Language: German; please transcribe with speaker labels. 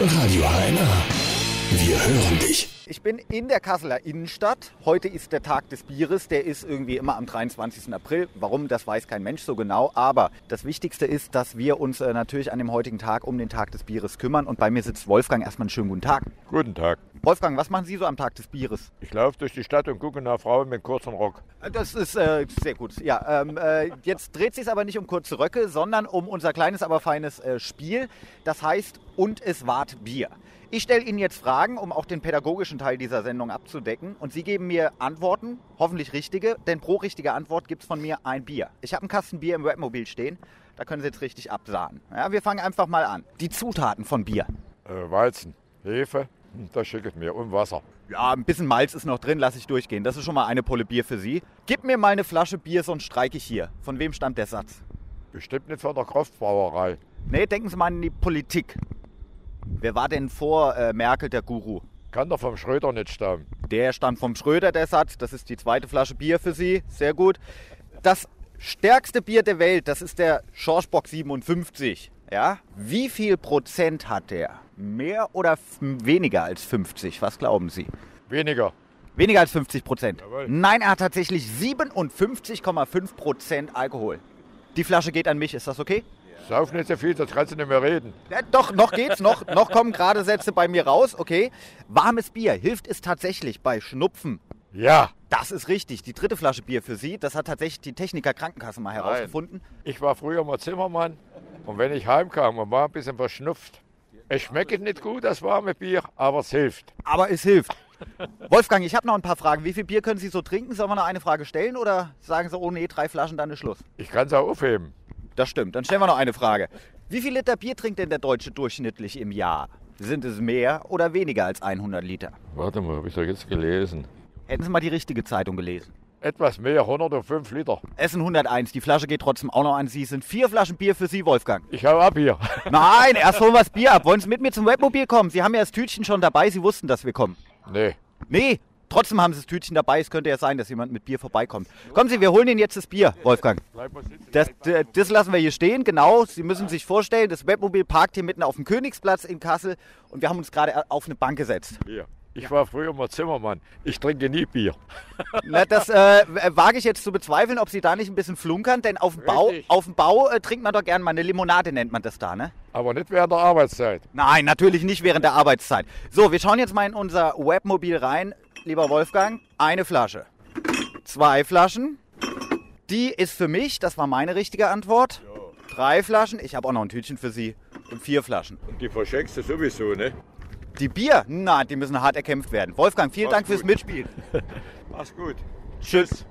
Speaker 1: Radio HNA. Wir hören dich.
Speaker 2: Ich bin in der Kasseler Innenstadt. Heute ist der Tag des Bieres. Der ist irgendwie immer am 23. April. Warum, das weiß kein Mensch so genau. Aber das Wichtigste ist, dass wir uns äh, natürlich an dem heutigen Tag um den Tag des Bieres kümmern. Und bei mir sitzt Wolfgang. Erstmal einen schönen guten Tag.
Speaker 3: Guten Tag.
Speaker 2: Wolfgang, was machen Sie so am Tag des Bieres?
Speaker 3: Ich laufe durch die Stadt und gucke nach Frauen mit kurzem Rock.
Speaker 2: Das ist äh, sehr gut. Ja, ähm, äh, jetzt dreht sich aber nicht um kurze Röcke, sondern um unser kleines, aber feines äh, Spiel. Das heißt, und es ward Bier. Ich stelle Ihnen jetzt Fragen, um auch den pädagogischen Teil dieser Sendung abzudecken. Und Sie geben mir Antworten, hoffentlich richtige, denn pro richtige Antwort gibt es von mir ein Bier. Ich habe einen Kasten Bier im Webmobil stehen. Da können Sie jetzt richtig absahnen. Ja, wir fangen einfach mal an. Die Zutaten von Bier.
Speaker 3: Äh, Weizen, Hefe, hm, das schicke ich mir. Und Wasser.
Speaker 2: Ja, ein bisschen Malz ist noch drin, lasse ich durchgehen. Das ist schon mal eine Pulle Bier für Sie. Gib mir mal eine Flasche Bier, sonst streike ich hier. Von wem stammt der Satz?
Speaker 3: Bestimmt nicht von der Kraftbrauerei.
Speaker 2: Nee, denken Sie mal an die Politik. Wer war denn vor äh, Merkel der Guru?
Speaker 3: Kann doch vom Schröder nicht stammen.
Speaker 2: Der stammt vom Schröder, der Satz. Das ist die zweite Flasche Bier für Sie. Sehr gut. Das stärkste Bier der Welt, das ist der Schorschbock 57. Ja? Wie viel Prozent hat der? Mehr oder f- weniger als 50? Was glauben Sie?
Speaker 3: Weniger.
Speaker 2: Weniger als 50 Prozent.
Speaker 3: Jawohl.
Speaker 2: Nein, er hat tatsächlich 57,5 Prozent Alkohol. Die Flasche geht an mich, ist das okay?
Speaker 3: Sauf nicht so viel, sonst kannst du nicht mehr reden.
Speaker 2: Ja, doch, noch geht's, noch, noch kommen gerade Sätze bei mir raus, okay. Warmes Bier hilft es tatsächlich bei Schnupfen.
Speaker 3: Ja,
Speaker 2: Das ist richtig. Die dritte Flasche Bier für Sie, das hat tatsächlich die Techniker Krankenkasse mal herausgefunden.
Speaker 3: ich war früher mal Zimmermann und wenn ich heimkam und war ein bisschen verschnupft. Es schmeckt nicht gut, das warme Bier, aber es hilft.
Speaker 2: Aber es hilft. Wolfgang, ich habe noch ein paar Fragen. Wie viel Bier können Sie so trinken? Sollen wir noch eine Frage stellen oder sagen Sie, oh nee, drei Flaschen, dann ist Schluss?
Speaker 3: Ich kann es auch aufheben.
Speaker 2: Das stimmt. Dann stellen wir noch eine Frage. Wie viel Liter Bier trinkt denn der Deutsche durchschnittlich im Jahr? Sind es mehr oder weniger als 100 Liter?
Speaker 3: Warte mal, habe ich doch jetzt gelesen.
Speaker 2: Hätten Sie mal die richtige Zeitung gelesen.
Speaker 3: Etwas mehr, 105 Liter.
Speaker 2: Essen 101, die Flasche geht trotzdem auch noch an Sie. Es sind vier Flaschen Bier für Sie, Wolfgang.
Speaker 3: Ich hau ab hier.
Speaker 2: Nein, erst holen wir das Bier ab. Wollen Sie mit mir zum Webmobil kommen? Sie haben ja das Tütchen schon dabei, Sie wussten, dass wir kommen.
Speaker 3: nee,
Speaker 2: Nee, trotzdem haben Sie das Tütchen dabei. Es könnte ja sein, dass jemand mit Bier vorbeikommt. Kommen Sie, wir holen Ihnen jetzt das Bier, Wolfgang.
Speaker 3: bleib mal sitzen.
Speaker 2: Das, d- das lassen wir hier stehen, genau. Sie müssen sich vorstellen, das Webmobil parkt hier mitten auf dem Königsplatz in Kassel und wir haben uns gerade äh, auf eine Bank gesetzt.
Speaker 3: Bier. Ich war früher mal Zimmermann. Ich trinke nie Bier.
Speaker 2: Na, das äh, wage ich jetzt zu bezweifeln, ob Sie da nicht ein bisschen flunkern, denn auf dem Bau,
Speaker 3: Richtig.
Speaker 2: auf dem Bau äh, trinkt man doch gerne mal eine Limonade, nennt man das da, ne?
Speaker 3: Aber nicht während der Arbeitszeit.
Speaker 2: Nein, natürlich nicht während der Arbeitszeit. So, wir schauen jetzt mal in unser Webmobil rein. Lieber Wolfgang, eine Flasche. Zwei Flaschen. Die ist für mich, das war meine richtige Antwort. Drei Flaschen, ich habe auch noch ein Tütchen für Sie. Und vier Flaschen.
Speaker 3: Die verschenkst du sowieso, ne?
Speaker 2: Die Bier, na, die müssen hart erkämpft werden. Wolfgang, vielen
Speaker 3: Mach's
Speaker 2: Dank fürs
Speaker 3: gut.
Speaker 2: Mitspielen.
Speaker 3: Mach's gut.
Speaker 2: Tschüss.